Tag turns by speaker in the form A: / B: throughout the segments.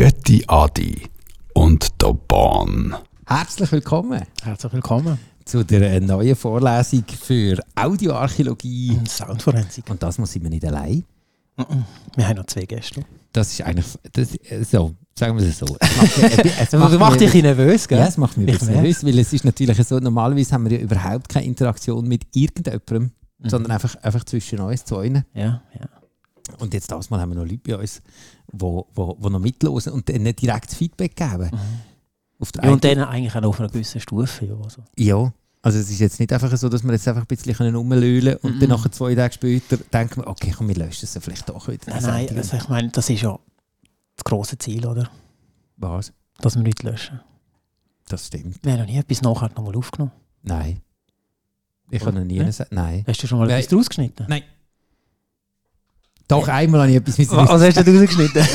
A: Götti Adi und der Bahn.
B: Herzlich willkommen
C: Herzlich willkommen.
B: zu der neuen Vorlesung für Audioarchäologie.
C: Soundforensik.
B: Und das muss ich mir nicht allein.
C: Wir haben noch zwei Gäste.
B: Das ist eigentlich das, äh, so, sagen wir es so. Es
C: Das macht dich
B: mir-
C: nervös, gell?
B: ja, es macht mich ein
C: Ich
B: bisschen nervös, weil es ist natürlich so, normalerweise haben wir ja überhaupt keine Interaktion mit irgendjemandem,
C: Mhm.
B: sondern einfach, einfach zwischen uns zwei.
C: Ja, ja.
B: Und jetzt das Mal haben wir noch Leute bei uns, die wo, wo, wo noch mitlosen und denen direktes Feedback geben. Auf der
C: Mhm. ja und
B: einen-
C: dann eigentlich auch auf einer gewissen Stufe. Ja, also.
B: ja. Also es ist jetzt nicht einfach so, dass wir jetzt einfach ein bisschen rumlölen und
C: Mhm.
B: dann nachher zwei Tage später denken wir, okay, komm, wir löschen es ja vielleicht doch wieder.
C: Nein, nein, also ich meine, das ist ja das grosse Ziel, oder?
B: Was?
C: Dass wir nichts löschen.
B: Das stimmt.
C: Wir haben noch nie etwas nachher nochmal aufgenommen.
B: Nein. Ich kann noch nie
C: Nein?
B: sagen, nein.
C: Hast du schon mal
B: Nein.
C: etwas draus geschnitten?
B: Nein. Doch, einmal habe ich etwas mit
C: Was hast du draus geschnitten?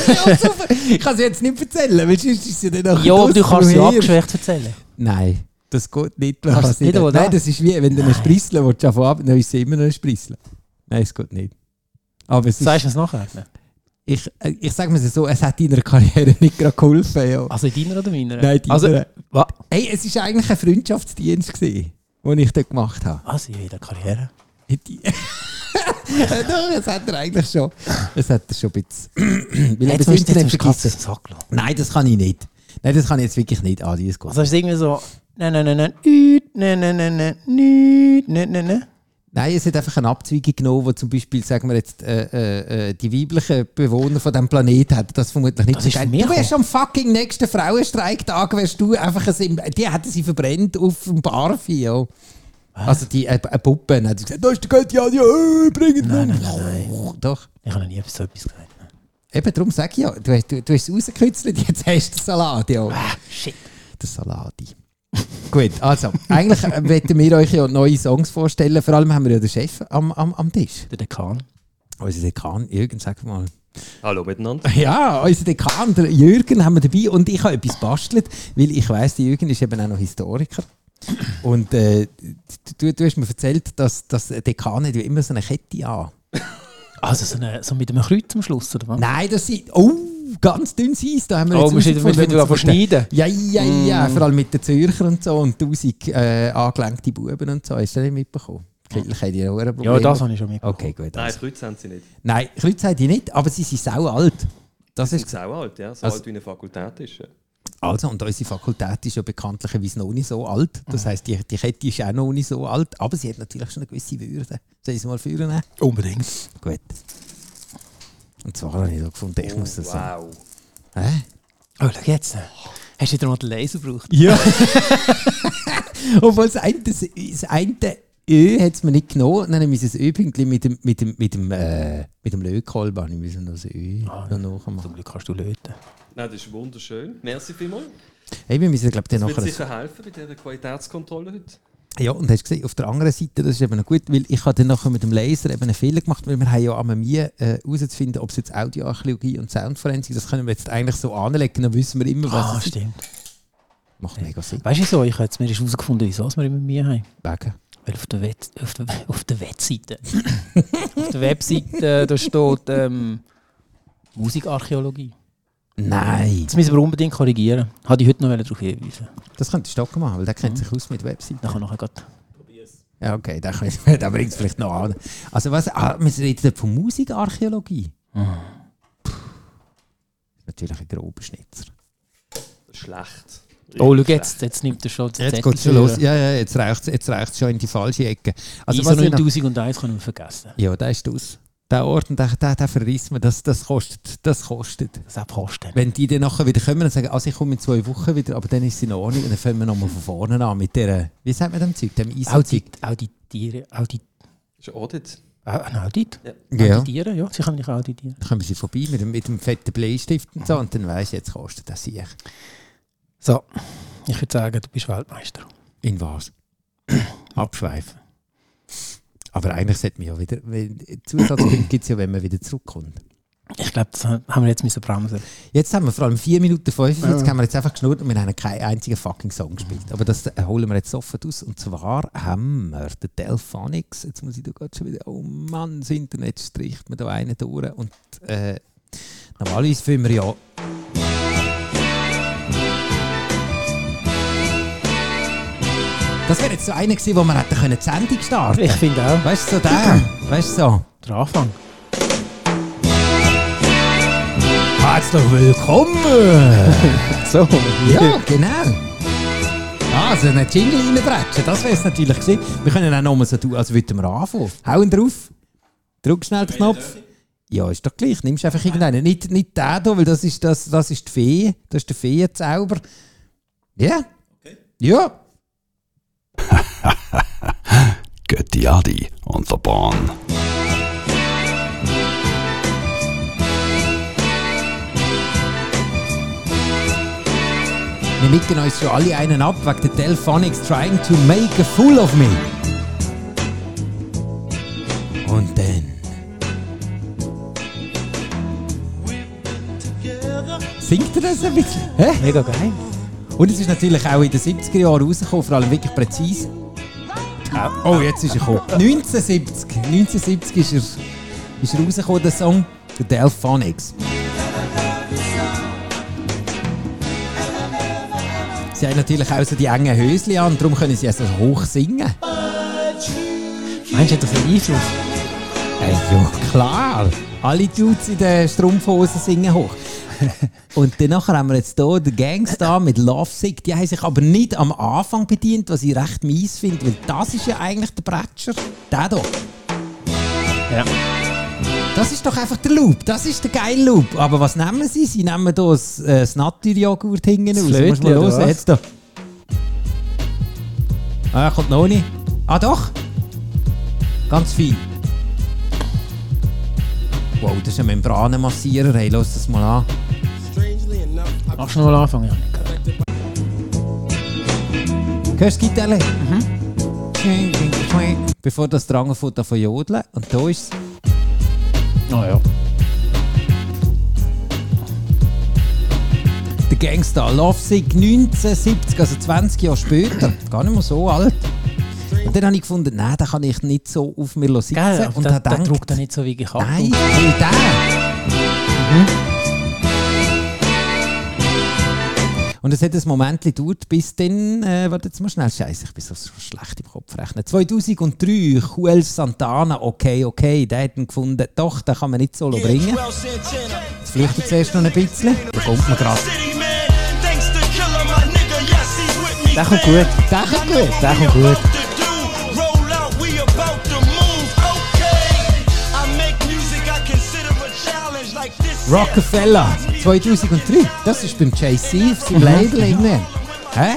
B: Ich kann es jetzt nicht erzählen, weil sonst ist es ja dann nachher
C: ja, aber du
B: draussen
C: kannst es ja
B: im Hirn.
C: abgeschwächt erzählen.
B: Nein, das geht nicht.
C: Kannst
B: Kannst
C: du nicht, oder?
B: Nein, das ist wie, wenn du einen
C: Nein.
B: Sprissel willst, ja von ab, dann ist es immer noch ein Sprissel. Nein, es geht nicht. Aber es ist,
C: Sagst du es nachher?
B: ich, äh, ich sage mir so, es hat deiner Karriere nicht gerade geholfen. Ja.
C: Also in deiner oder meiner?
B: Nein, deiner.
C: also, wa-
B: hey, es war eigentlich ein Freundschaftsdienst, gewesen, den ich dort gemacht habe.
C: also in der Karriere.
B: Die- Doch, das hat er eigentlich schon. Das hat er schon ein bisschen. Weil er das
C: musst-
B: Internet
C: musst du ganz
B: vergisst.
C: den Sack lassen.
B: Nein, das kann ich nicht. Nein, das kann ich jetzt wirklich nicht. Adi, es geht.
C: Also ist es irgendwie so, nein, nein, nein, nein, nüt, nein, nein, nein, nein, nüt, nein, nein, nein.
B: Nein, es hat einfach eine Abzweigung genommen, wo zum Beispiel, sagen wir jetzt, äh, äh, äh, die weiblichen Bewohner von diesem Planeten hätten das vermutlich nicht
C: Das ist
B: gedacht.
C: für mich
B: Du wärst am fucking nächsten Frauenstreiktag, wärst du einfach ein, Sim- die hätten sie verbrennt auf dem Barfi, ja. Also die äh, äh, Puppen, hat sie gesagt, da ist der Geld, ja, ja, äh, bring ihn
C: Nein,
B: um.
C: nein, nein,
B: Doch.
C: Ich habe noch nie so etwas gesagt.
B: Eben, darum sag ich ja, du, hast- du, du hast es rausgekützelt, jetzt hast du den Salat, ja.
C: Ah, shit.
B: Der Salati. Gut, also, eigentlich äh, möchten wir euch ja neue Songs vorstellen, vor allem haben wir ja den Chef am, am, am Tisch.
C: Der Dekan.
B: Unser Dekan, Jürgen, sag mal.
D: Hallo miteinander.
B: Ja, unser Dekan, der Jürgen, haben wir dabei. Und ich habe etwas bastelt, weil ich weiss, der Jürgen ist eben auch noch Historiker. Und äh, du, du hast mir erzählt, dass, dass Dekane die immer so eine Kette an.
C: Also so, eine, so mit einem Kreuz am Schluss, oder was?
B: Nein, das sind. Oh, ganz dünnes Eis. Da haben wir
C: Oh,
B: jetzt
C: musst du wieder-
B: rausgefunden,
C: musst du wieder
B: wenn es so
C: anfangen schneiden.
B: Ja, ja,
C: Mm.
B: ja. Vor allem mit den Zürcher und so und tausend äh, angelenkte Buben und so. Hast du das nicht mitbekommen? Kirchlich hat ja auch ein Problem.
C: Ja, das habe ich schon mitbekommen.
B: Okay, gut.
D: Nein,
B: Also.
D: Kreuz haben sie nicht.
B: Nein, Kreuz hat die nicht, aber sie sind sau alt. Das
D: Sie
B: ist
D: sind sau alt, ja. So
B: Also-
D: alt wie eine Fakultät ist. ja.
B: Also, und unsere Fakultät ist ja bekanntlicherweise noch nicht so alt. Das
C: Mhm.
B: heisst, die, die Kette ist auch noch nicht so alt, aber sie hat natürlich schon eine gewisse Würde. Soll ich sie mal führen?
C: Unbedingt.
B: Gut. Und zwar habe ich so gefunden, ich muss das sagen.
D: Oh, wow.
B: Hä?
C: Oh, schau jetzt. Hast du wieder mal den Laser gebraucht?
B: Ja. Obwohl das eine, das, das eine Ö hat es mir nicht genommen, dann musste ich das Ö-Pünktchen mit dem, mit dem, mit dem, äh, mit dem Lötkolben, habe ich müssen noch das Ö
D: Ah,
B: noch nachmachen.
C: Zum Glück kannst du löten.
D: Nein, das ist wunderschön. Merci vielmals.
B: Hey, wir müssen, glaube ich, dann
D: Das wird
B: nachher... ein-
D: sicher helfen bei dieser Qualitätskontrolle heute.
B: Ja, und hast gesehen, auf der anderen Seite, das ist eben noch gut, weil ich habe dann nachher mit dem Laser eben einen Fehler gemacht, weil wir haben ja am Mühe äh, herauszufinden, ob es jetzt Audioarchäologie und Soundforensik, das können wir jetzt eigentlich so anlegen, dann wissen wir immer, was
C: Ah,
B: es ist.
C: stimmt.
B: Macht mega Sinn.
C: Weißt du so, ich habe jetzt mir ist herausgefunden, wieso wir immer Mühe haben.
B: Wegen.
C: Weil auf der, Web auf der, auf der Webseite. auf der Webseite, da steht ähm, Musikarchäologie.
B: Nein!
C: Das müssen wir unbedingt korrigieren. Hatte ich heute noch darauf hinweisen.
B: Das könnte Stock machen, weil der
D: Mhm.
B: kennt sich aus mit Webseiten.
C: Dann kann nachher grad
B: Ja, okay, da bringt es vielleicht noch an. Also was, ah, wir reden dort von Musikarchäologie. Puh. Natürlich ein grober Schnitzer.
D: Schlecht.
C: Oh, schau jetzt, jetzt nimmt er schon das
B: Jetzt
C: Zettel
B: geht's schon
C: für.
B: los. Ja, ja, jetzt reicht es jetzt reicht's schon in die falsche Ecke. Also
C: ISO
B: was ich noch-
C: 9001 können wir vergessen.
B: Ja, der ist aus. Der Orden, der, der, der verriss mir, das, das kostet, das kostet.
C: Das auch Posten.
B: Wenn die dann nachher wieder kommen und sagen, also ich komme in zwei Wochen wieder, aber dann ist es in Ordnung und dann fangen wir nochmal von vorne an mit der, wie sagt man dem Zeug, dem Eiszeug?
C: Audit, auditieren, audit,
D: Das ist ein Audit.
C: ah, ein Audit?
B: Ja.
C: Auditieren, ja, sie können dich auditieren.
B: Dann kommen sie vorbei mit dem, mit dem fetten Bleistift und so und dann weisst du, jetzt kostet das ich.
C: So, ich würde sagen, du bist Weltmeister.
B: In was? Abschweifen. Aber eigentlich sollte man ja wieder, weil Zusatzpunkte gibt es ja, wenn man wieder zurückkommt.
C: Ich glaube, das haben wir jetzt müssen bremsen.
B: Jetzt haben wir vor allem 4 Minuten 45, haben wir jetzt einfach geschnurrt und wir haben keinen einzigen fucking Song gespielt. Aber das äh, holen wir jetzt sofort aus. Und zwar haben wir den Delphonics. Jetzt muss ich da gerade schon wieder. Oh Mann, das Internet stricht mir da einen durch. Und äh, normalerweise führen wir ja. Das wäre jetzt so einer gewesen, wo man hätte können die Sendung starten
C: Ich finde auch.
B: Weißt du, so der. Weißt du, so.
C: Der Anfang.
B: Herzlich willkommen!
C: So.
B: ja, genau. Ja, also einen Jingle reindretschen, das wäre es natürlich gewesen. Wir können auch nochmal so tun, als würden wir anfangen. Hauen drauf. Drück schnell den Knopf. Ja, ist doch gleich. Nimmst einfach irgendeinen. Nicht, nicht den hier, weil das ist, das, das ist die Fee. Das ist der Feenzauber. Ja? Ja.
A: Götti Adi und der Bahn.
B: Wir nicken uns schon alle einen ab wegen der Delphonics Trying to Make a Fool of Me. Und dann. Singt er das ein bisschen? Hä?
C: Mega geil.
B: Und es ist natürlich auch in den 70er Jahren rausgekommen, vor allem wirklich präzise. Oh, jetzt ist er gekommen. 1970. 1970 ist er, ist er rausgekommen, der Song. Der Delphonics. Sie haben natürlich auch so die engen Höschen an, darum können sie also hoch singen.
C: Meinst du, hat das einen Einfluss?
B: Äh, ja, klar. Alle Dudes in den Strumpfhosen singen hoch. Und dann nachher haben wir jetzt hier den Gangster mit Lovesick. Die haben sich aber nicht am Anfang bedient, was ich recht mies finde, weil das ist ja eigentlich der Bretscher. Der hier.
C: Ja.
B: Das ist doch einfach der Loop. Das ist der geile Loop. Aber was nehmen sie? Sie nehmen hier das, äh, das Naturjoghurt hinten
C: Das
B: raus. Muss
C: Flötli,
B: mal
C: oder
B: hören.
C: was?
B: Jetzt da. Ah, kommt noch nicht. Ah, doch. Ganz viel. Wow, das ist ein Membranenmassierer. Hey, lass das mal an.
C: Machst du noch mal anfangen? Ja.
B: Hörst du die Gitarre?
C: Mhm.
B: Twing, twing, twing. Bevor das Drang anfängt von jodeln. Und da ist es.
C: Ah ja.
B: Der Gangster Lovesick 1970, also 20 Jahre später. Gar nicht mehr so alt. Und dann habe ich gefunden, nein, den kann ich nicht so auf mir sitzen.
C: Gell,
B: und
C: und der,
B: habe
C: der
B: gedacht,
C: druckt dann nicht so wie ich ab.
B: Nein, weil der. Mhm. Und es hat ein Moment gedauert, bis dann, äh, warte jetzt mal schnell, scheiße, ich bin so so schlecht im Kopf rechnen. 2003, Joel Santana, okay, okay, der hat ihn gefunden, doch, den kann man nicht solo bringen. Jetzt flüchtet es erst noch ein bisschen, da kommt man gerade.
E: Der kommt gut.
B: Der kommt gut,
E: Der kommt gut.
B: Rockefeller, 2003, das ist beim JC auf seinem Label irgendwie. Hä?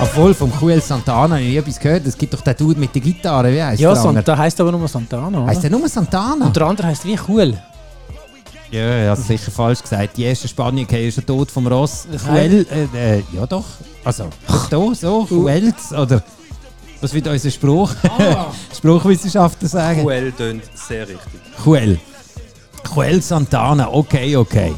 B: Obwohl, vom Joel Santana habe ich nie etwas gehört, es gibt doch den Dude mit der Gitarre, wie heißt
C: Ja,
B: der? andere?
C: Santa heisst aber nur Santana. Oder?
B: Heißt der nur Santana?
C: Und der andere heisst wie cool.
B: Ja, ja, sicher falsch gesagt. Die erste Spanien ist schon tot vom Ross.
C: Nein.
B: Juel, äh, äh, ja doch. Also, doch da, so, Juelz, oder was wird unser Spruch? Spruchwissenschaftler sagen.
D: QL tönt sehr richtig.
B: Juel. Juel Santana, okay, okay.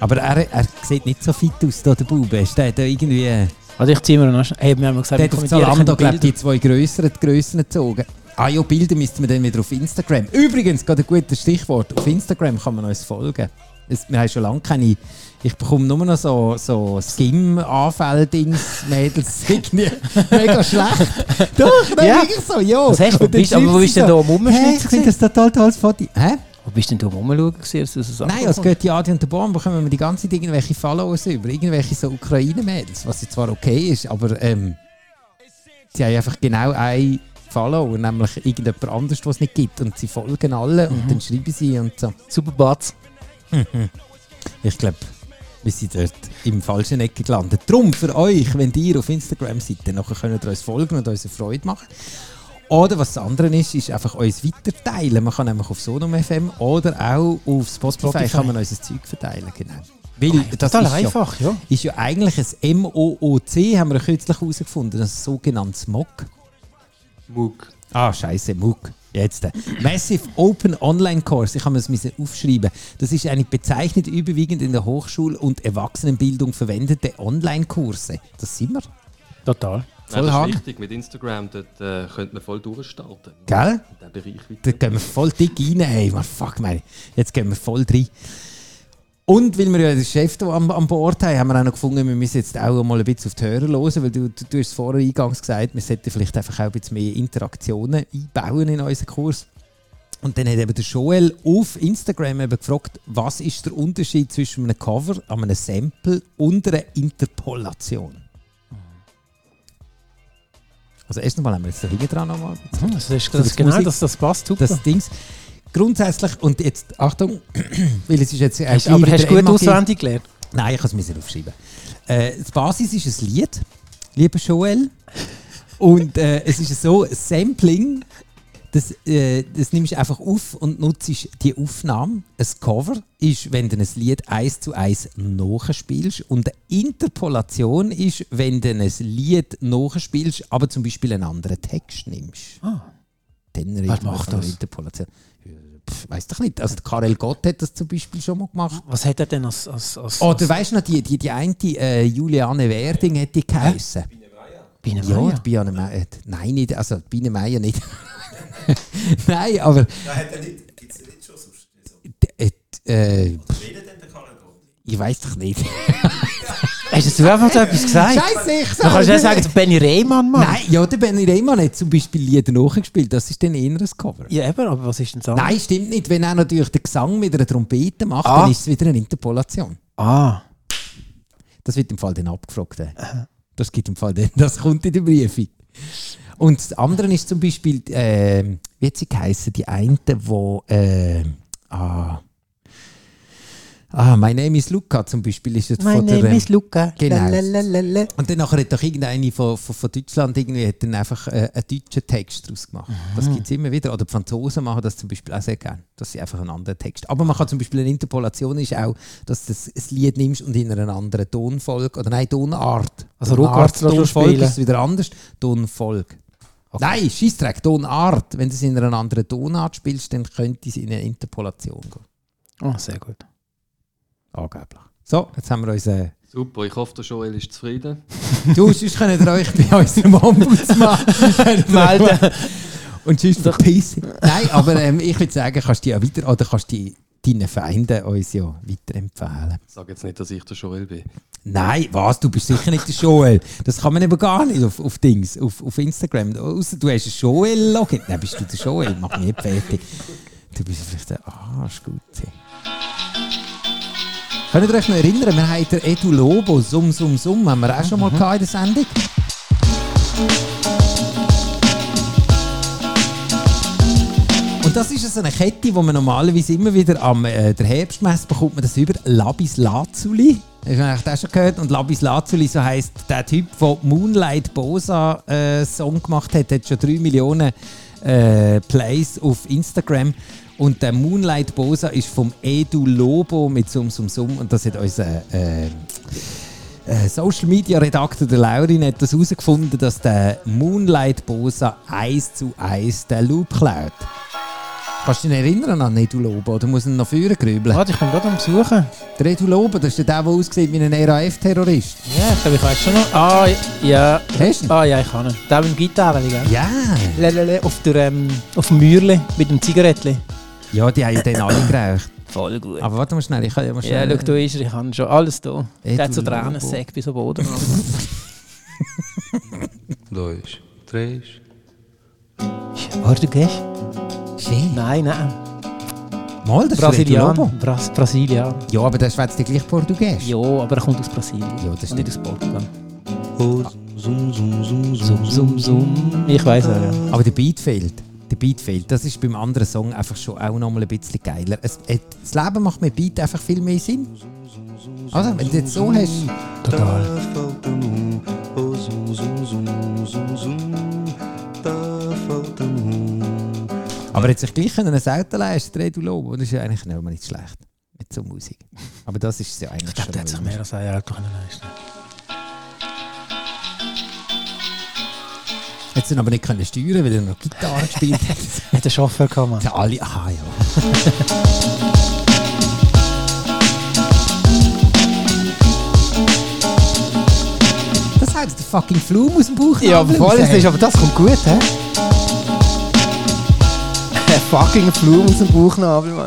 B: Aber er, er sieht nicht so fit aus, da, der Bube. Ist der da irgendwie... äh, Der
C: Also ich ziehe mir noch schnell. Hey, wir haben gesagt, wir
B: hat auf
C: kommentieren
B: Zalando,
C: keine
B: glaube ich, die zwei grösseren die Grössen gezogen. Ah ja, Bilder müssten wir dann wieder auf Instagram. Übrigens, gerade ein gutes Stichwort. Auf Instagram kann man uns folgen. Es, wir haben schon lange keine... Ich bekomme nur noch so, so Skim-Anfall-Dings-Mädels. Irgendwie Mega schlecht. Doch, nein,
C: Ja.
B: wirklich so, ja.
C: Was hast du? Wo
B: Und dann
C: bist- aber wo
B: schreibt sie
C: bist du denn da am Rumschnitzen
B: «Hä, Ich finde das total tolles Foto. Hä?
C: Wo bist denn du am rumschauen? gewesen, dass du
B: Nein, als Götti Adi und der Baum bekommen wir die ganze Zeit irgendwelche Follows über, irgendwelche so Ukraine-Mädels, was ja zwar okay ist, aber ähm, sie haben einfach genau einen Follower, nämlich irgendjemand anderes, den es nicht gibt. Und sie folgen alle und dann schreiben sie und so.
C: Super Batz.
B: Ich glaube, wir sind dort im falschen Ecke gelandet. Drum für euch, wenn ihr auf Instagram seid, dann nachher könnt ihr uns folgen und uns eine Freude machen. Oder was das andere ist, ist einfach uns weiterteilen. Man kann nämlich auf Sonom FM oder auch auf Spotify,
C: Spotify.
B: kann man unser Zeug verteilen. Genau. Weil das
C: Total
B: ist ja,
C: einfach, ja.
B: ist ja eigentlich ein MOOC, haben wir ja kürzlich herausgefunden, ein sogenanntes MOOC.
D: Mug.
B: Ah, scheiße, MOOC. Jetzt. äh. Massive Open Online Course. Ich habe es müssen aufschreiben. Das ist eine bezeichnet überwiegend in der Hochschul- und Erwachsenenbildung verwendete Online-Kurse. Das sind wir.
C: Total.
D: Nein,
B: Voll
D: das
B: Hahn.
D: ist wichtig. Mit Instagram dort, äh, könnte man voll durchstarten.
B: Gell?
D: In diesem Bereich
B: Da
D: weiter.
B: gehen wir voll dick rein. Ey, man, fuck, meine. Jetzt gehen wir voll rein. Und weil wir ja den Chef hier am, am Bord haben, haben wir auch noch gefunden, wir müssen jetzt auch mal ein bisschen auf die Hörer hören, weil du, du, du hast es vorher eingangs gesagt, wir sollten vielleicht einfach auch ein bisschen mehr Interaktionen einbauen in unseren Kurs. Und dann hat eben der Joel auf Instagram eben gefragt, was ist der Unterschied zwischen einem Cover, einem Sample und einer Interpolation? Also erst einmal haben wir jetzt da hinten dran nochmal
C: Das ist
B: das
C: das genau,
B: Musik-
C: das, das passt super.
B: das Dings. Grundsätzlich, und jetzt, Achtung, weil es ist jetzt... äh,
C: hast,
B: gleich
C: aber
B: wieder
C: hast du gut
B: MAG.
C: auswendig gelernt?
B: Nein, ich kann es mir aufschreiben. Äh, die Basis ist ein Lied, lieber Joel. Und äh, es ist so, Sampling, das, äh, das nimmst du einfach auf und nutzt die Aufnahme. Ein Cover ist, wenn du ein Lied eins zu eins nachspielst. Und eine Interpolation ist, wenn du ein Lied nachspielst, aber zum Beispiel einen anderen Text nimmst.
C: Ah.
B: Dann
C: Wer
B: redet man
C: macht
B: von einer
C: das?
B: Interpolation. Pff, Weiss doch nicht. Also, der Karel Gott hat das zum Beispiel schon mal gemacht.
C: Was hat er denn als. als, als
B: Oder weißt du noch, die, die, die eine äh, Juliane Werding hätte die geheissen.
C: Biene
B: Ja,
C: Meier?
B: die Biene Meier. äh, Nein, nicht, also die Biene Meier nicht. Nein, aber.
E: Gibt es nicht schon sonst?
B: Äh, äh,
E: Redet denn der Karl
B: ich weiß doch nicht.
C: Hast du jetzt einfach so etwas gesagt?
B: Scheiße, ich
C: Dann kannst du ja sagen, der Benny Rehmann, Mann.
B: Nein, ja, der Benny Rehmann hat zum Beispiel Lieder nachgespielt. Das ist dann eher ein Cover.
C: Ja, eben, aber was ist denn so?
B: Nein, stimmt nicht. Wenn er natürlich den Gesang mit einer Trompete macht,
C: Ah.
B: dann ist es wieder eine Interpolation.
C: Ah.
B: Das wird im Fall dann abgefragt. äh. Das gibt im Fall dann, das kommt in der Briefung. Und das andere ist zum Beispiel, ähm, wie hat sie geheissen, die eine, wo äh, ah, ah, My Name is Luca zum Beispiel ist jetzt von der, ähm,
C: Luca.
B: Genau.
C: Lalalala.
B: und dann nachher hat doch irgendeine von, von, von Deutschland irgendwie hat dann einfach äh, einen deutschen Text draus gemacht. Das gibt es immer wieder. Oder die Franzosen machen das zum Beispiel auch sehr gerne, dass sie einfach einen anderen Text. Aber man kann zum Beispiel eine Interpolation ist auch, dass du das, das Lied nimmst und in einer anderen Tonfolge oder nein, Tonart.
C: Also
B: Tonart,
C: Ruckart oder
B: Tonfolge
C: spielen.
B: ist wieder anders. Tonfolge. Nein, Scheißdreck, Tonart. Wenn du es in einer anderen Tonart spielst, dann könnte es in eine Interpolation gehen.
C: Oh, sehr gut.
B: Angeblich. So, jetzt haben wir unseren
D: Super, ich hoffe, der Joel ist zufrieden.
B: Du, sonst könnt ihr euch bei unserem Ombudsmann melden. Und sonst verpissen. Nein, aber ähm, ich würde sagen, kannst du ja weiter, oder kannst du die- deinen Feinden uns ja weiterempfehlen.
D: Sag jetzt nicht, dass ich der Joel bin.
B: Nein, was, du bist sicher nicht der Joel. Das kann man eben gar nicht auf, auf Dings, auf, auf Instagram. Außer du hast einen Joel-Login. Nein, bist du der Joel, mach mich nicht fertig. Du bist vielleicht der Arschgute. Könnt ihr euch noch erinnern, wir haben den Edu Lobo, Sum Sum Sum, haben wir auch schon mal gehabt in der Sendung. Und das ist so eine Kette, die man normalerweise immer wieder am äh, der Herbstmesse bekommt man das über Labis Lazuli. Hast du eigentlich das schon gehört? Und Labis Lazuli, so heisst der Typ, der Moonlight Bosa äh, Song gemacht hat, hat schon 3 Millionen äh, Plays auf Instagram. Und der Moonlight Bosa ist vom Edu Lobo mit Sum Sum Sum und das hat unser äh, äh, Social Media Redakteur der Laurin hat das herausgefunden, dass der Moonlight Bosa eins zu eins den Loop klaut. Kannst du dich erinnern an Edu Lobo? Oder musst du ihn noch früher grübeln?
C: Warte, ich komme gerade am Besuchen.
B: Der Edu Lobo, das ist ja der, der aussieht wie ein RAF-Terrorist.
C: Ja, ich glaube, ich weiß schon noch. Ah, ja.
B: Hast du ihn?
C: Ah, ja, ich kann ihn. Der mit dem Gitarre, gell?
B: Ja!
C: Lalalala, Auf, der, ähm, auf dem Mäuerchen mit dem Zigarettchen.
B: Ja, die haben ja den alle geraucht.
C: Voll gut.
B: Aber warte mal schnell, ich kann ja mal
C: Ja,
B: schnell...
C: schau, du ist, er, ich habe schon alles da.
B: Ey,
C: Der hat so
B: du Lobo.
C: Tränensäcke bis am Boden.
D: Läusch, drehst.
C: Warte, gehst
B: Schön.
C: Nein, nein.
B: Mal, das ist Edu
C: Brasilianer.
B: Lobo.
C: Bras Brasilianer.
B: Ja, aber der schwätzt ja gleich Portugies.
C: Ja, aber er kommt aus Brasilien.
B: Ja, das
C: Und nicht
B: stimmt.
C: aus Portugal. Oh, Ah. Zum, zum, zum. Ich weiß auch, ja.
B: Aber der Beat fehlt. Der Beat fehlt. Das ist beim anderen Song einfach schon auch noch mal ein bisschen geiler. Es, äh, das Leben macht mit Beat einfach viel mehr Sinn. Also, wenn du jetzt so hast...
C: Total.
F: faltando um, oh zum zum zum zum zum, tá faltando um.
B: Aber jetzt sich gleich können ein Auto leisten, Redu Lobo, das ist ja eigentlich noch mal nicht schlecht. Mit so Musik. Aber das ist es ja eigentlich
C: Ich glaube, der hat sich
B: immer.
C: mehr als ein Auto können leisten
B: Hättest du ihn aber nicht können steuern, weil er noch Gitarre gespielt hat.
C: Hat der Chauffeur gehabt, Mann.
B: Ja, alle, aha, ja. Das hat der fucking Flum aus dem Bauch
C: aber das kommt gut, hä? fucking Flum aus dem Bauchnabel, Mann.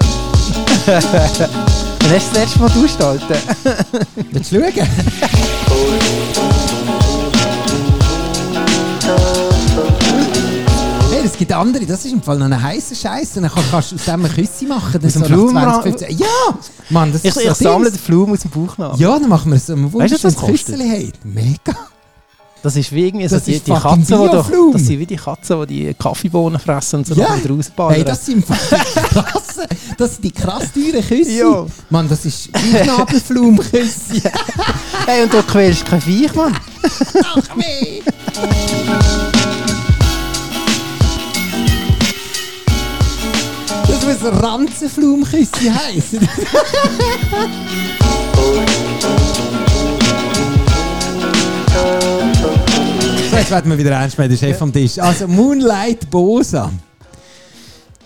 B: Wann hast du das letzte Mal duscht, Alter? Willst du schauen? Hey, es gibt andere, das ist im Fall noch ein heißer Scheiß. Dann kann- kannst du aus dem eine Küsse machen. Dann
C: Aus dem
B: nach
C: Blumenrand?
B: 15 Ja! Mann, das
C: Ich,
B: ist
C: ich
B: so
C: sammle
B: Dings.
C: den Flaum aus dem Bauchnabel.
B: Ja, dann machen wir es. um
C: Weißt du, was das kostet?
B: Mega.
C: Das ist wie irgendwie so
B: Das
C: die,
B: ist
C: die
B: fucking
C: Katze, die doch,
B: Bioflaum.
C: das sind wie die Katzen, die die Kaffeebohnen fressen und so
B: Ja.
C: yeah. rausballern.
B: Hey, das sind im Fall die krassen, das sind die krass teuren Küsse.
C: Ja.
B: Mann, das ist Knabelflaumküsse.
C: hey, und du quälst kein Viech, Mann.
B: Das muss Ranzenflaumküsse heißen. so, jetzt werden wir wieder ernst mit dem Chef am Tisch. Also Moonlight Bosa.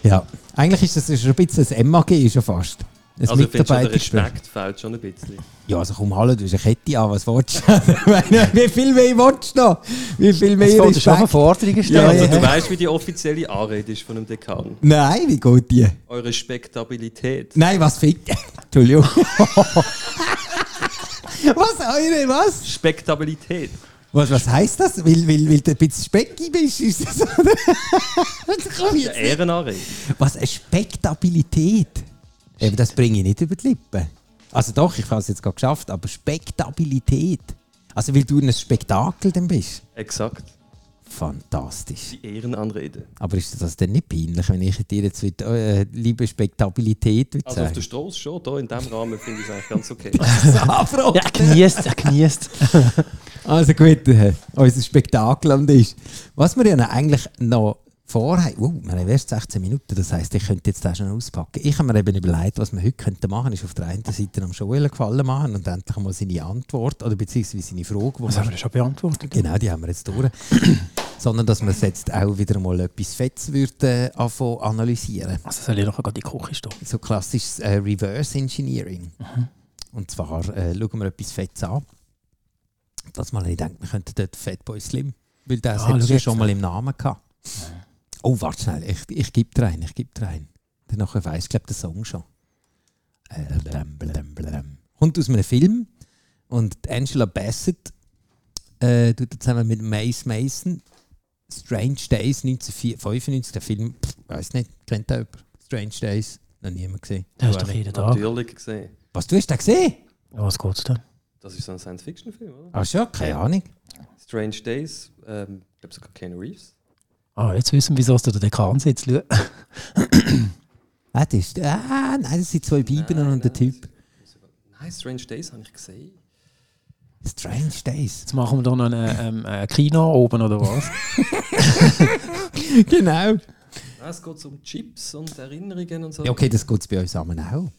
B: Ja, eigentlich ist das schon ein bisschen ein MAG schon fast. Ein
G: Also, ich finde schon, der
B: Mitarbeitergespräch.
G: Respekt fehlt schon ein bisschen.
B: Ja, also komm, hallo, du hast eine Kette an, was willst du? Ich meine, Wie viel mehr willst du noch? Wie viel
C: Jetzt
B: mehr
C: fällst du schon von
B: Respekt?
C: Forderungen
G: Ja,
C: stellen.
G: also, du weißt, wie die offizielle Anrede ist von einem Dekan.
B: Nein, wie geht die?
G: Eure Spektabilität.
B: Nein, was fickt? Entschuldigung. was, eure, was?
G: Spektabilität.
B: Was, was heisst das? Weil, weil, weil du ein bisschen specki bist, ist das, oder? Das kann ich
G: Eine
B: jetzt nicht.
G: Ehrenanrede.
B: Was, eine Spektabilität? Eben, das bringe ich nicht über die Lippen. Also doch, ich habe es jetzt gerade geschafft, aber Spektabilität. Also, weil du in einem Spektakel dann bist.
G: Exakt.
B: Fantastisch.
G: Die Ehrenanrede.
B: Aber ist dir das denn nicht peinlich, wenn ich dir jetzt wieder, äh, liebe Spektabilität würde
G: Also auf der
B: sagen?
G: Straße schon, da in diesem Rahmen finde ich es eigentlich ganz okay.
B: Afro.
C: Ja, er genießt, er genießt.
B: Also gut, äh, unser Spektakel am Tisch. Was wir ja noch eigentlich noch vorhaben, uh, wir haben erst 16 Minuten, das heisst, ich könnte jetzt das schon auspacken. Ich habe mir eben überlegt, was wir heute könnten machen könnten, ist auf der einen Seite am Joel einen gefallen machen und endlich mal seine Antwort oder beziehungsweise seine Frage, die
C: Das
B: wir
C: haben wir schon beantwortet.
B: Genau, die haben wir jetzt durch. Sondern, dass wir jetzt auch wieder mal etwas Fettes würden äh, anfangen analysieren.
C: Also soll ich noch in die Küche stehen?
B: so klassisches äh, Reverse Engineering.
C: Mhm.
B: Und zwar äh, schauen wir etwas Fettes an. Das mal, ich denke, wir könnten dort Fatboy Slim, weil das
C: Ah,
B: hat
C: schau
B: ja
C: jetzt
B: schon mal im Namen gehabt. Oh, warte schnell, ich, ich gebe dir einen, ich gebe dir einen. Dann nachher weiss ich, glaube den Song schon. Äh, blam, blam, blam. Kommt aus einem Film und Angela Bassett äh, tut da zusammen mit Mace Mason Strange Days 1995, der Film, pff, weiß nicht, kennt da jemand? Strange Days, noch niemand gesehen.
C: Das
B: Du
C: hast
B: auch
C: doch
B: nicht.
C: jeden Tag.
G: Natürlich gesehen.
B: Was, du hast den gesehen?
C: Ja, was geht's denn?
G: Das ist so ein Science-Fiction-Film, oder?
B: Ach schon, keine Ahnung.
G: Strange Days, ähm, ich glaube sogar Ken Reeves.
C: Ah, jetzt wissen wir, wieso du den Dekan sitzt. Schau.
B: Ah, das ist, ah, nein, das sind zwei Bibeln
G: Nein,
B: und der
G: nein,
B: Typ.
G: Nein, Strange Days habe ich gesehen.
B: Strange Days.
C: Jetzt machen wir da noch ein ähm, ein Kino oben oder was?
B: genau.
G: Nein, es geht um Chips und Erinnerungen und so.
B: Ja, okay, das geht bei uns zusammen auch.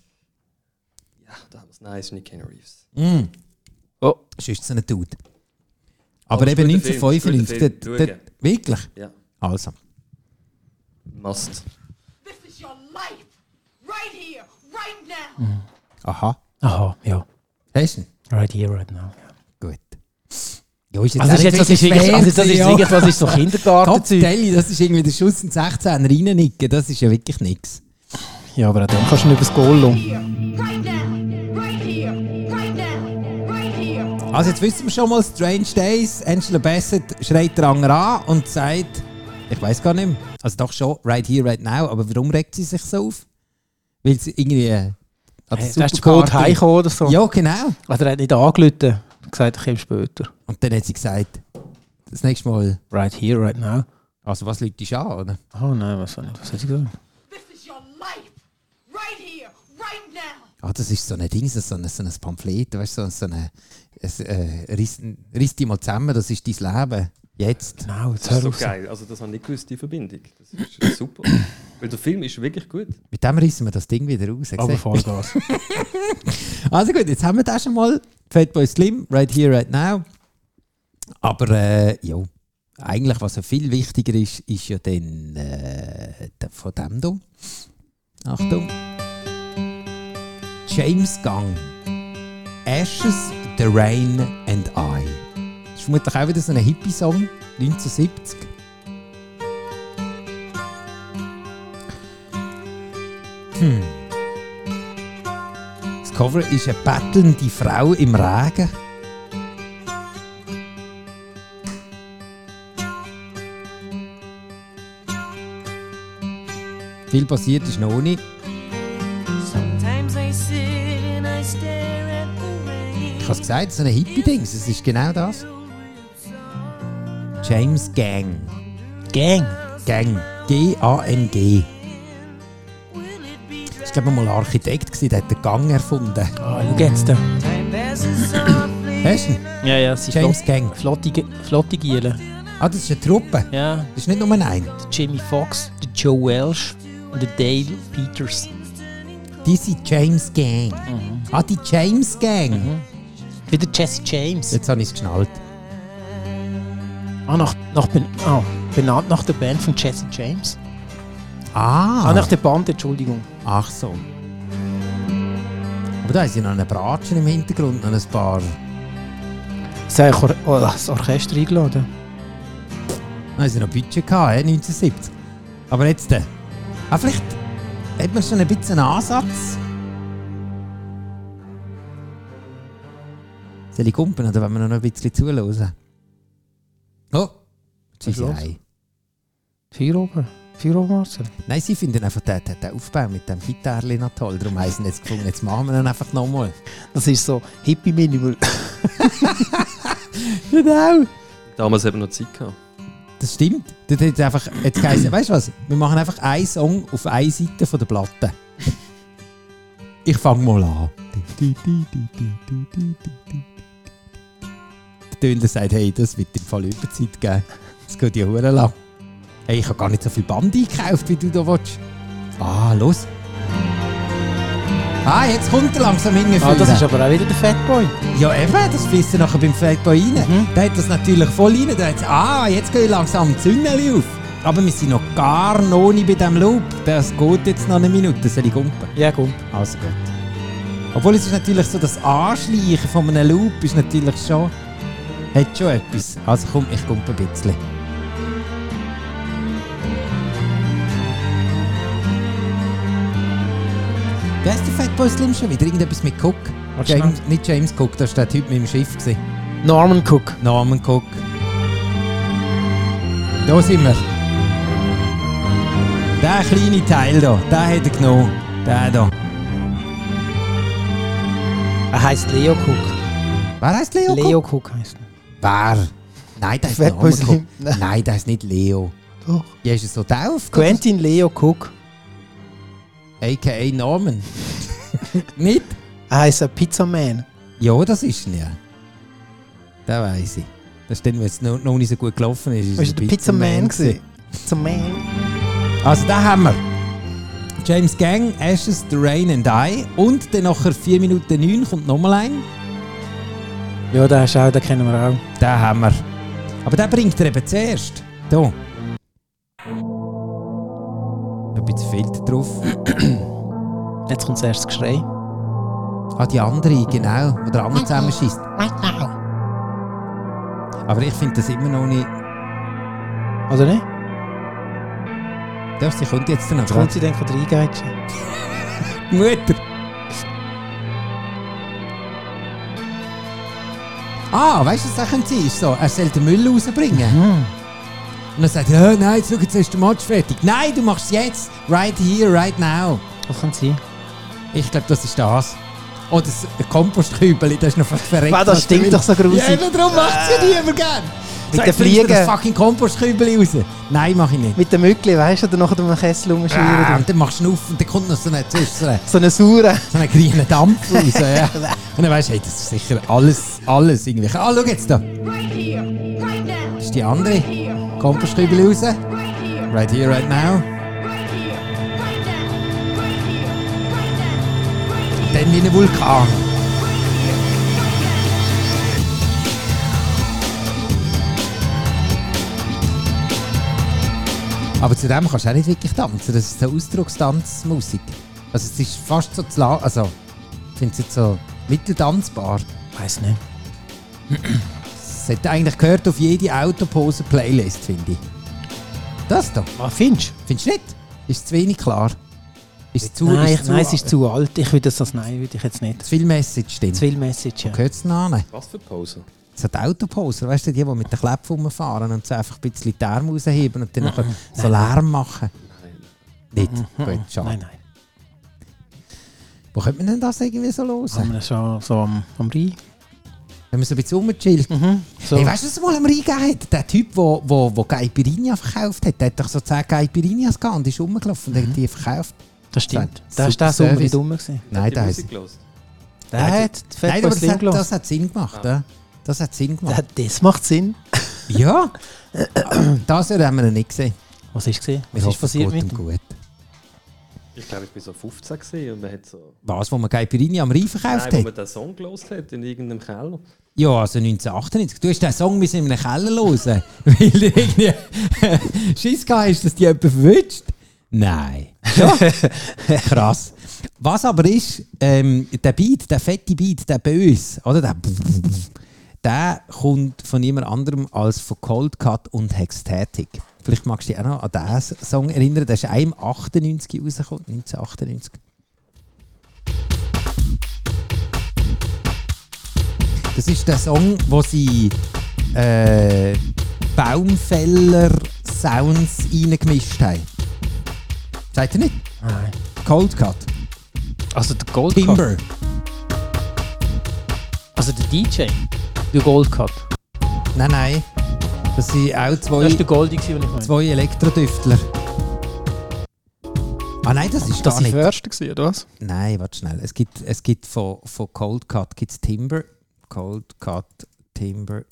G: Ja, da haben wir es. Nein, es ist nicht Ken Reeves.
B: Mm.
C: Oh.
B: Sonst so ein Dude. Aber
G: Aber
B: eben
G: guter Film,
B: 1995,
G: guter Film,
B: dort- dort-
G: schauen.
B: wirklich?
G: Ja,
B: Also.
G: must.
H: This is your life, right here, right now.
B: Aha.
C: Aha, ja.
B: Hast du ihn?
C: Right here, right now.
B: Gut. Ja, ist jetzt
C: Also,
B: auch
C: ist jetzt,
B: nicht
C: das ist
B: wirklich
C: wirklich, also das ist
B: schwer, ja.
C: wirklich, das ist so
B: Top
C: Kindergartenzeug.
B: Telly, das ist irgendwie der Schuss in 16 reinnicken, das ist ja wirklich nichts.
C: Ja, aber auch dann kannst du nicht übers Goal um.
H: Here, right now, right here, right now, right here.
B: Also jetzt wissen wir schon mal Strange Days, Angela Bassett schreit den anderen an und sagt, ich weiß gar nicht mehr, also doch schon, right here, right now, aber warum regt sie sich so auf? Weil sie irgendwie... Äh, an der
C: Hey, du hast zu
B: Superkarte-
C: spät heimgekommen oder so.
B: Ja, genau.
C: Also er hat nicht angelötet. gesagt, ich komme später.
B: Und dann hat sie gesagt, das nächste Mal,
C: Right here, right now.
B: also was Leute ist an, oder?
C: Oh nein, was soll ich? Was hat sie gesagt?
H: This is your life, right here, right now.
B: Ah, das ist so ein Ding, so ein, so ein Pamphlet, weißt du, so ein, so ein es, äh, riss, riss dich mal zusammen, das ist dein Leben. Jetzt.
C: Genau, jetzt
G: Das ist
C: hör
G: so
C: auf.
G: geil. Also, das habe ich nicht gewusst, die Verbindung. Das ist super. Weil der Film ist wirklich gut.
B: Mit dem rissen wir das Ding wieder raus.
C: Aber
B: siehst du?
C: Vollgas.
B: Also gut, jetzt haben wir das schon mal. Fatboy Slim, right here, right now. Aber äh, ja, eigentlich, was ja viel wichtiger ist, ist ja dann äh, der von dem hier. Achtung. James Gang. Ashes, The Rain and I. Das ist vermutlich auch wieder so ein Hippie-Song, 1970. Hm. Es Das Cover ist eine bettelnde Frau im Regen. Viel passiert ist noch nicht.
I: Sometimes I sit and I stare at the rain.
B: Ich habe es gesagt, so ein Hippie-Dings. Es ist genau das. James Gang. Gang? Gang. G-A-N-G. Ich glaube, mal ein Architekt, gewesen, der hat den Gang erfunden.
C: Ah, schau jetzt. da.
I: Time passes softly.
B: Hast du ihn?
C: Ja, ja, es ist
B: James Gang.
C: Flottige, Flotte Giele.
B: Ah, das ist eine Truppe.
C: Ja,
B: Das ist nicht nur ein.
C: der Jimmy Fox, der Joe Welsh und der Dale Peters.
B: Die sind James Gang. Ah, die James Gang.
C: Wieder Jesse James.
B: Jetzt habe ich es geschnallt.
C: Ah, nach, nach, ben, ah, benannt nach der Band von Jesse James. Ah,
B: Ah,
C: nach der Band, Entschuldigung.
B: ach so. Aber da ist ja noch eine Bratsche im Hintergrund, noch ein paar.
C: Ist eigentlich Or oh, das Orchester eingeladen?
B: Da ist ja noch Budget gehabt, eh, 1970. Aber jetzt, äh, ah, vielleicht hat man schon ein bisschen einen Ansatz. Soll ich kumpen oder wollen wir noch ein bisschen zuhören? Oh, jetzt ist
C: Was
B: er
C: ist los?
B: ein.
C: Vier oben. Vier oben, Marcel.
B: Nein, sie finden einfach den, den, den Aufbau mit dem Gitarre noch toll. Darum haben sie ihn jetzt gefunden, jetzt machen wir ihn einfach nochmal.
C: Das ist so Hippie-Minimal.
B: Genau.
G: Damals haben wir noch Zeit gehabt.
B: Das stimmt. Dort hat es einfach, jetzt geheißen, weißt du was? Wir machen einfach einen Song auf einer Seite von der Platte. Ich fange mal an. Der Dönder sagt, hey, das wird im Fall Überzeit geben. Das geht ja hure lang. Hey, ich habe gar nicht so viel Band eingekauft, wie du da willst. Ah, los. Ah, jetzt kommt er langsam hingeführt.
C: Ah, das ist aber auch wieder der Fatboy.
B: Ja, eben, das fließt ja nachher beim Fatboy rein. Der hat das natürlich voll rein. Der hat gesagt, ah, jetzt gehen langsam die Züngel auf. Aber wir sind noch gar noch nicht bei diesem Loop. Das geht jetzt noch eine Minute, soll ich gumpen.
C: Ja, komm.
B: Also gut. Obwohl es ist natürlich so, das Anschleichen von einem Loop ist natürlich schon... Hat schon etwas. Also komm, ich gumpe ein bisschen. Wer ist der Fatboy Slim schon wieder? Irgendetwas mit Cook?
C: Warte
B: James, nicht James Cook, das war der Typ mit dem Schiff. Gewesen.
C: Norman Cook.
B: Namen Cook. Da sind wir. Der kleine Teil hier, den hat er genommen. Der hier.
C: Er heisst Leo Cook.
B: Wer heißt Leo? Cook?
C: Leo Cook heisst er.
B: Wer? Nein, der ist
C: Fat Boy
B: Norman Cook.
C: Slim. Nein.
B: Nein, der ist nicht Leo.
C: Doch.
B: Ja, ist er so drauf?
C: Quentin Leo Cook.
B: A.k.a. Norman. nicht?
C: Er heisst ein Pizzaman.
B: Ja, das ist ihn ja. Das weiß ich. Das ist dann, wenn es noch, noch nicht so gut gelaufen ist.
C: Ist
B: er
C: er der Pizzaman
B: gewesen.
C: gewesen? Pizzaman.
B: Also, da haben wir James Gang, Ashes, The Rain and I. Und dann nachher 4 Minuten 9 kommt nochmal ein.
C: Ja, den hast du auch, den kennen wir auch.
B: Da haben wir. Aber den bringt er eben zuerst. Da. Ein bisschen fehlt drauf.
C: Jetzt kommt das erste Geschrei.
B: Ah, die andere, genau. Wo der andere zusammenschießt. Aber ich finde das immer noch nicht.
C: Oder nicht?
B: Doch, sie kommt jetzt dann noch.
C: Jetzt kommt sie dann von der Eingeitsche.
B: Mutter! Ah, weißt du, was das könnte sein? Ist so, er soll den Müll rausbringen. Und dann sagt er, oh, nein, jetzt, schau, jetzt ist der Match fertig. Nein, du machst es jetzt, right here, right now.
C: Was kann sie?
B: Ich glaube, das ist das. Oh, das Kompostkübel, das ist noch verreckt.
C: Wow, das stinkt doch so
B: Ja,
C: grusig. Äh.
B: eben, darum macht es ja niemand gern.
C: Mit
B: So,
C: den
B: jetzt fliegst du das
C: Fliegen.
B: fucking Kompostkübel raus. Nein, mach ich nicht.
C: Mit dem Mückli, weißt du, oder nachher um den Kessel
B: Ah,
C: rumschwirren.
B: und dann machst du auf und dann kommt noch so eine Zwischen.
C: So eine saure.
B: so einen grünen Dampf raus. Ja. Und dann weißt du, hey, das ist sicher alles, alles irgendwie. Ah, schau jetzt da. Das
H: Right here, right now.
B: ist die andere.
H: Here,
B: Kompostkübel raus.
H: right here,
B: Right here, right now.
H: right here, right now. Right here, right now. Right here.
B: Dann wie ein Vulkan. Aber zu dem kannst du auch nicht wirklich tanzen. Das ist so Ausdruckstanzmusik. Also es ist fast so zu la Also, ich finde es jetzt so mitteltanzbar.
C: Weiß nicht.
B: Es hat eigentlich gehört auf jede Autopose-Playlist, finde ich. Das da.
C: Was findest
B: Findest du nicht? Ist zu wenig klar. Ist es zu,
C: nein,
B: ist es
C: ich-
B: zu,
C: nein, es ist zu alt. Ich würde das als Nein, würde ich jetzt nicht.
B: zu viel Message drin.
C: Zu viel Message. Ja.
B: Gehört es an?
G: Was für Pause?
B: So die Autoposer, weißt du, die, die mit den Kleben rumfahren und so einfach ein bisschen die Arme rausheben und dann nachher so Lärm machen. Nein. Nicht? Gut, schade.
C: Mhm. Nein, nein.
B: Wo könnte man denn das irgendwie so hören?
C: Haben wir schon so am, am Rhein?
B: Wenn man so ein bisschen rumchillt.
C: Mhm. So.
B: Hey, weißt du, was es mal am Rhein gegeben hat? Der Typ, der wo, wo, wo Caipirinha verkauft hat, der hat doch so 10 Caipirinhas gehabt und ist rumgelaufen und hat
C: Mhm.
B: die verkauft.
C: das stimmt.
B: Sagt,
C: Da ist
B: super
C: der Sommer
B: Service.
C: nicht rum. gewesen.
B: Nein, der
G: Musik
B: ist.
G: gelesen.
C: Der hat jetzt Fatboy
B: Nein, aber das
C: Slim
B: hat,
C: gelassen.
B: das hat Sinn
C: Ah.
B: gemacht. Ja. Das hat Sinn gemacht.
C: Da- Das macht Sinn.
B: Ja, das Jahr haben wir ihn nicht gesehen.
C: Was ist gesehen?
B: Wir
C: Was ist
B: hoffen, es
C: passiert
B: geht und
C: mit dem?
B: gut.
G: Ich glaube, ich bin so 15 gesehen und man hat so.
B: Was, wo man Caipirini am Rhein verkauft
G: Nein, wo
B: hat?
G: man den Song gelost hat in irgendeinem Keller.
B: Ja, also 1998. Du hast den Song müssen in einem Keller hören, weil du irgendwie Schiss gehabt hast, dass die jemand verwünscht. Nein. Ja. Krass. Was aber ist, ähm, der Beat, der fette Beat, der bei uns, oder? Der, der kommt von niemand anderem als von Cold Cut und Hextatic. Vielleicht magst du dich auch noch an diesen Song erinnern. Der ist einem 98 rausgekommen, 1998. Das ist der Song, wo sie äh, Baumfäller-Sounds reingemischt haben. Seid ihr nicht?
C: Nein.
B: Cold Cut.
C: Also der Gold Cut.
B: Timber.
C: Also der DJ. Der Gold Cut.
B: Nein, nein. Das sind auch zwei,
C: Das war der Goldi, den ich meine.
B: zwei Elektrodüftler. Ah nein, das ist gar
C: Das war
B: nicht.
C: der erste, gewesen, oder was?
B: Nein, warte schnell. Es gibt, es gibt von, von Cold Cut gibt's Timber. Cold Cut, Timber.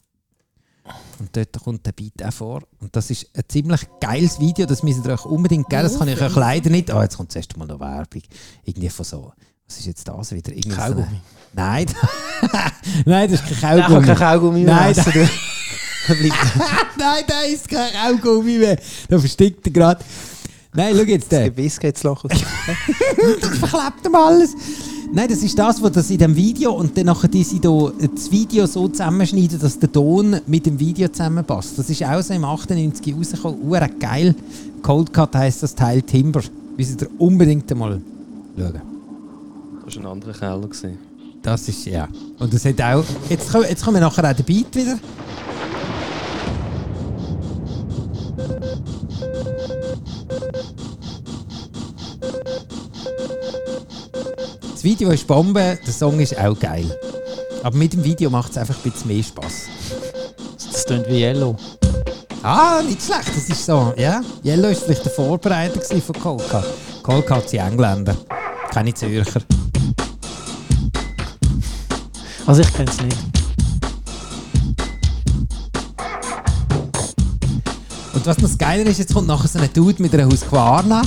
B: Und dort kommt der Beat auch vor. Und das ist ein ziemlich geiles Video, das müsst ihr euch unbedingt geben. Das kann ich euch leider nicht. Ah, jetzt kommt zuerst mal noch Werbung. Irgendwie von so. Was ist jetzt das wieder? Irgendwie so eine-
C: Kaugummi.
B: Nein, nein, das ist kein
C: Der kann
B: Kaugummi.
C: kein Kaugummi mehr
B: Nein,
C: essen.
B: Nein, da ist kein Kaugummi mehr. Da versteckt er gerade. Nein, schau jetzt
C: Das
B: den.
C: Gebiss geht jetzt lachen.
B: Das verklebt ihm alles. Nein, das ist das, was das in dem Video und dann nachher die sie da das Video so zusammenschneiden, dass der Ton mit dem Video zusammenpasst. Das ist auch so im 98 rausgekommen. Uhr geil. Cold Cut heisst das Teil Timber. Müsst ihr unbedingt einmal schauen.
G: Das war ein anderer Keller. Gewesen.
B: Das ist, ja. Und das hat auch. Jetzt kommen, jetzt kommen wir nachher auch den Beat wieder. Das Video ist Bombe, der Song ist auch geil. Aber mit dem Video macht es einfach ein bisschen mehr Spass.
C: Das klingt wie Yellow.
B: Ah, nicht schlecht, das ist so. Ja? Yellow war vielleicht der Vorbereiter gewesen von Kolka. Kolka sind Engländer, keine Zürcher.
C: Also ich kenne es nicht.
B: Und was noch das Geile ist, jetzt kommt nachher so ein Dude mit einer Husqvarna.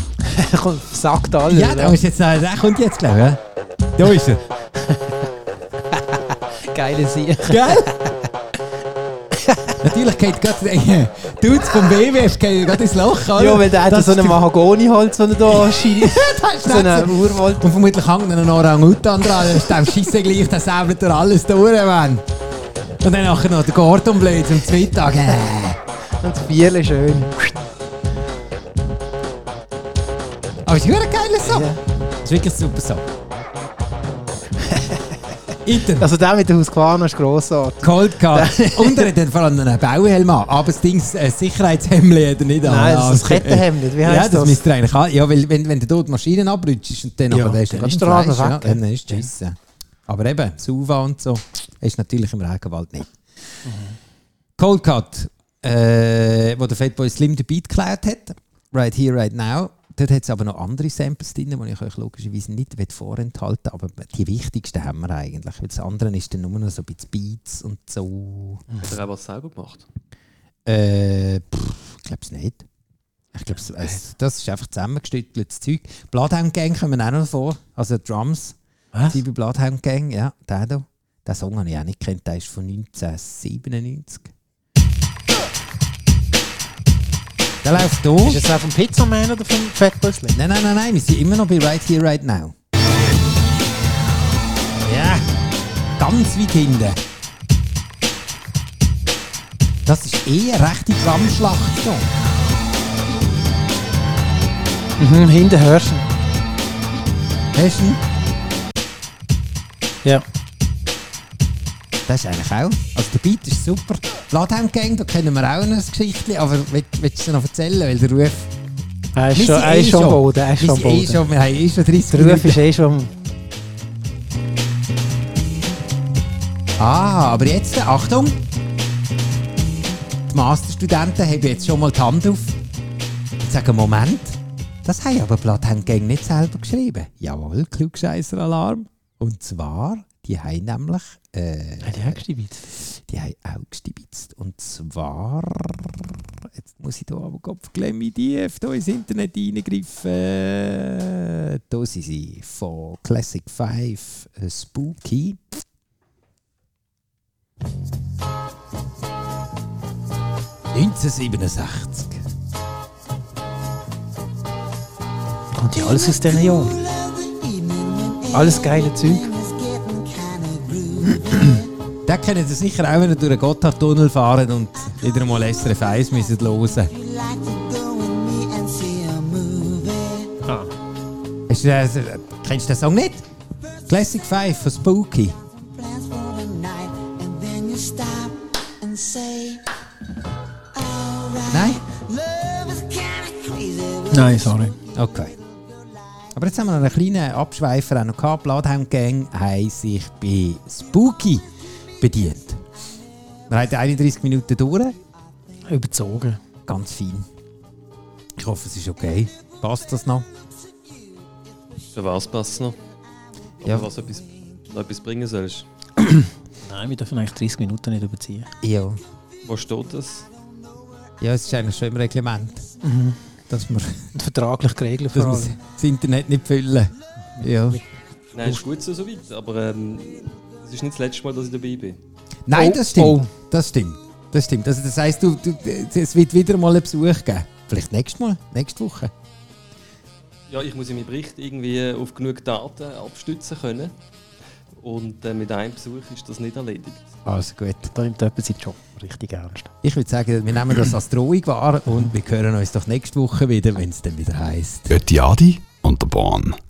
C: Komm, Sagt alle.
B: Ja, nou da
C: oder?
B: ist jetzt noch, der kommt jetzt, glaube ich. Da ist er.
C: geile Sieg.
B: Gell? Natürlich geht gerade der Dudes vom WWF gehen gerade ins Loch, oder?
C: Ja, weil der hat
B: Das
C: so
B: ist
C: einen Mahagoni-Holz, den er da anscheinend.
B: Das ist
C: so einen
B: nicht
C: Urwald.
B: so. Und vermutlich hängt noch ein Orang-Utan dran. Dann ist dem Scheiße gleich, dann säbelt er alles durch, Mann. Und dann nachher noch der Gordon blöd zum Mittag. Äh.
C: Und das Bier ist schön.
B: Aber es ist wirklich geil so.
C: Ja.
B: Es ist wirklich super so. Iten.
C: Also der mit der Husqvarna ist grossartig.
B: Cold Cut. Und er hat dann vor allem einen Bauhelm an. Aber das Ding, das äh, Sicherheitshemd hat er nicht an.
C: Nein, das ist das
B: Also, äh,
C: Kettenhemd. Wie
B: Ja,
C: heisst
B: das
C: das?
B: müsst ihr eigentlich an. Ja, weil wenn, wenn du dort die Maschinen abrutschst und dann
C: Ja,
B: aber dann ist
C: dann
B: gerade
C: ist
B: ein
C: der Laden
B: Fleisch,
C: weg,
B: Ja,
C: ja.
B: dann ist es ja. Aber eben, Sauva und so, ist natürlich im Regenwald nicht.
C: Mhm.
B: Cold Cut, äh, wo der Fatboy Slim den Beat geklaut hat. Right here, right now. Dort hat es aber noch andere Samples drin, die ich euch logischerweise nicht will vorenthalten aber die wichtigsten haben wir eigentlich. Weil das andere ist dann nur noch so ein bisschen Beats und so.
G: Hat er auch was selber gemacht?
B: Äh, pff, ich glaube es nicht. Ich glaube,
C: Äh.
B: es, das ist einfach zusammengestütteltes Zeug. Bloodhound Gang kommen auch noch vor. Also Drums.
C: Was?
B: Sieben Bloodhound Gang, ja, der da. Den Song habe ich auch nicht gekannt, der ist von 1997. Der läuft
C: Ist
B: durch.
C: jetzt auch vom Pizzaman oder vom Fatboy Slim?
B: Nein, nein, nein, nein, wir sind immer noch bei Right Here, Right Now. Ja, ganz weit hinten. Das ist eh eine rechte Drumschlacht hier.
C: Mhm, hinten hörst du. ihn.
B: Hast du ihn?
C: Ja.
B: Das ist eigentlich auch. Also der Beat ist super. Die Ladheim Gang, da kennen wir auch noch ein Geschichtchen, aber willst, willst du es noch erzählen? Weil der Ruf...
C: Er
B: Wir
C: ist schon,
B: sind
C: er
B: eh
C: ist schon am
B: schon-
C: Boden. Er ist
B: Wir,
C: schon am
B: sind eh
C: Boden.
B: schon, wir haben eh schon 30
C: Der Ruf
B: Minuten.
C: ist eh schon am...
B: Ah, aber jetzt, Achtung! Die Masterstudenten haben jetzt schon mal die Hand auf und sagen, Moment, das haben aber Blatthandgänge nicht selber geschrieben. Jawohl, Klugscheisser-Alarm. Und zwar, die haben nämlich... Äh,
C: Hat er geschrieben?
B: die haben auch gestibitzt. Und zwar... Jetzt muss ich hier aber Kopf gleich tief hier ins Internet reingreifen. Äh, Da sind sie von Classic 5 äh, Spooky. «1967».
C: Kommt ja alles aus diesen Jahren. Alles geile Zeug.
B: Da können Sie sicher auch, wenn Sie durch den Gotthardtunnel fahren und wieder einmal SRF 1 müssen hören. Ist das, äh, kennst du den Song nicht? Classic 5 von Spooky. Nein?
C: Nein, sorry.
B: Okay. Aber jetzt haben wir noch einen kleinen Abschweifer auch noch gehabt. Die Bladheim Gang haben sich bei Spooky bedient. Wir haben 31 Minuten durch.
C: Überzogen.
B: Ganz fein. Ich hoffe, es ist okay. Passt das noch?
G: Für was passt noch? Oder
B: Ja.
G: was etwas, noch etwas bringen sollst?
C: Nein, wir dürfen eigentlich 30 Minuten nicht überziehen.
B: Ja.
G: Wo steht das?
B: Ja, es ist eigentlich schon im Reglement, dass wir,
C: Und vertraglich geregelt vor
B: dass wir
C: Mhm. allem.
B: das Internet nicht füllen. Ja.
G: Nein, ist gut so soweit, aber ähm, es ist nicht das letzte Mal, dass ich dabei bin.
B: Nein,
C: Oh,
B: das stimmt.
C: oh.
B: Das stimmt. Das stimmt. Also das heisst, du, du, es wird wieder mal einen Besuch geben. Vielleicht nächstes Mal, nächste Woche.
G: Ja, ich muss in meinem Bericht irgendwie auf genug Daten abstützen können. Und äh, mit einem Besuch ist das nicht erledigt.
B: Also gut.
C: Da nimmt jemand seinen Job richtig ernst.
B: Ich würde sagen, wir nehmen das als Drohung wahr und wir hören uns doch nächste Woche wieder, wenn es dann wieder heisst.
A: Ötiadi und der Bahn.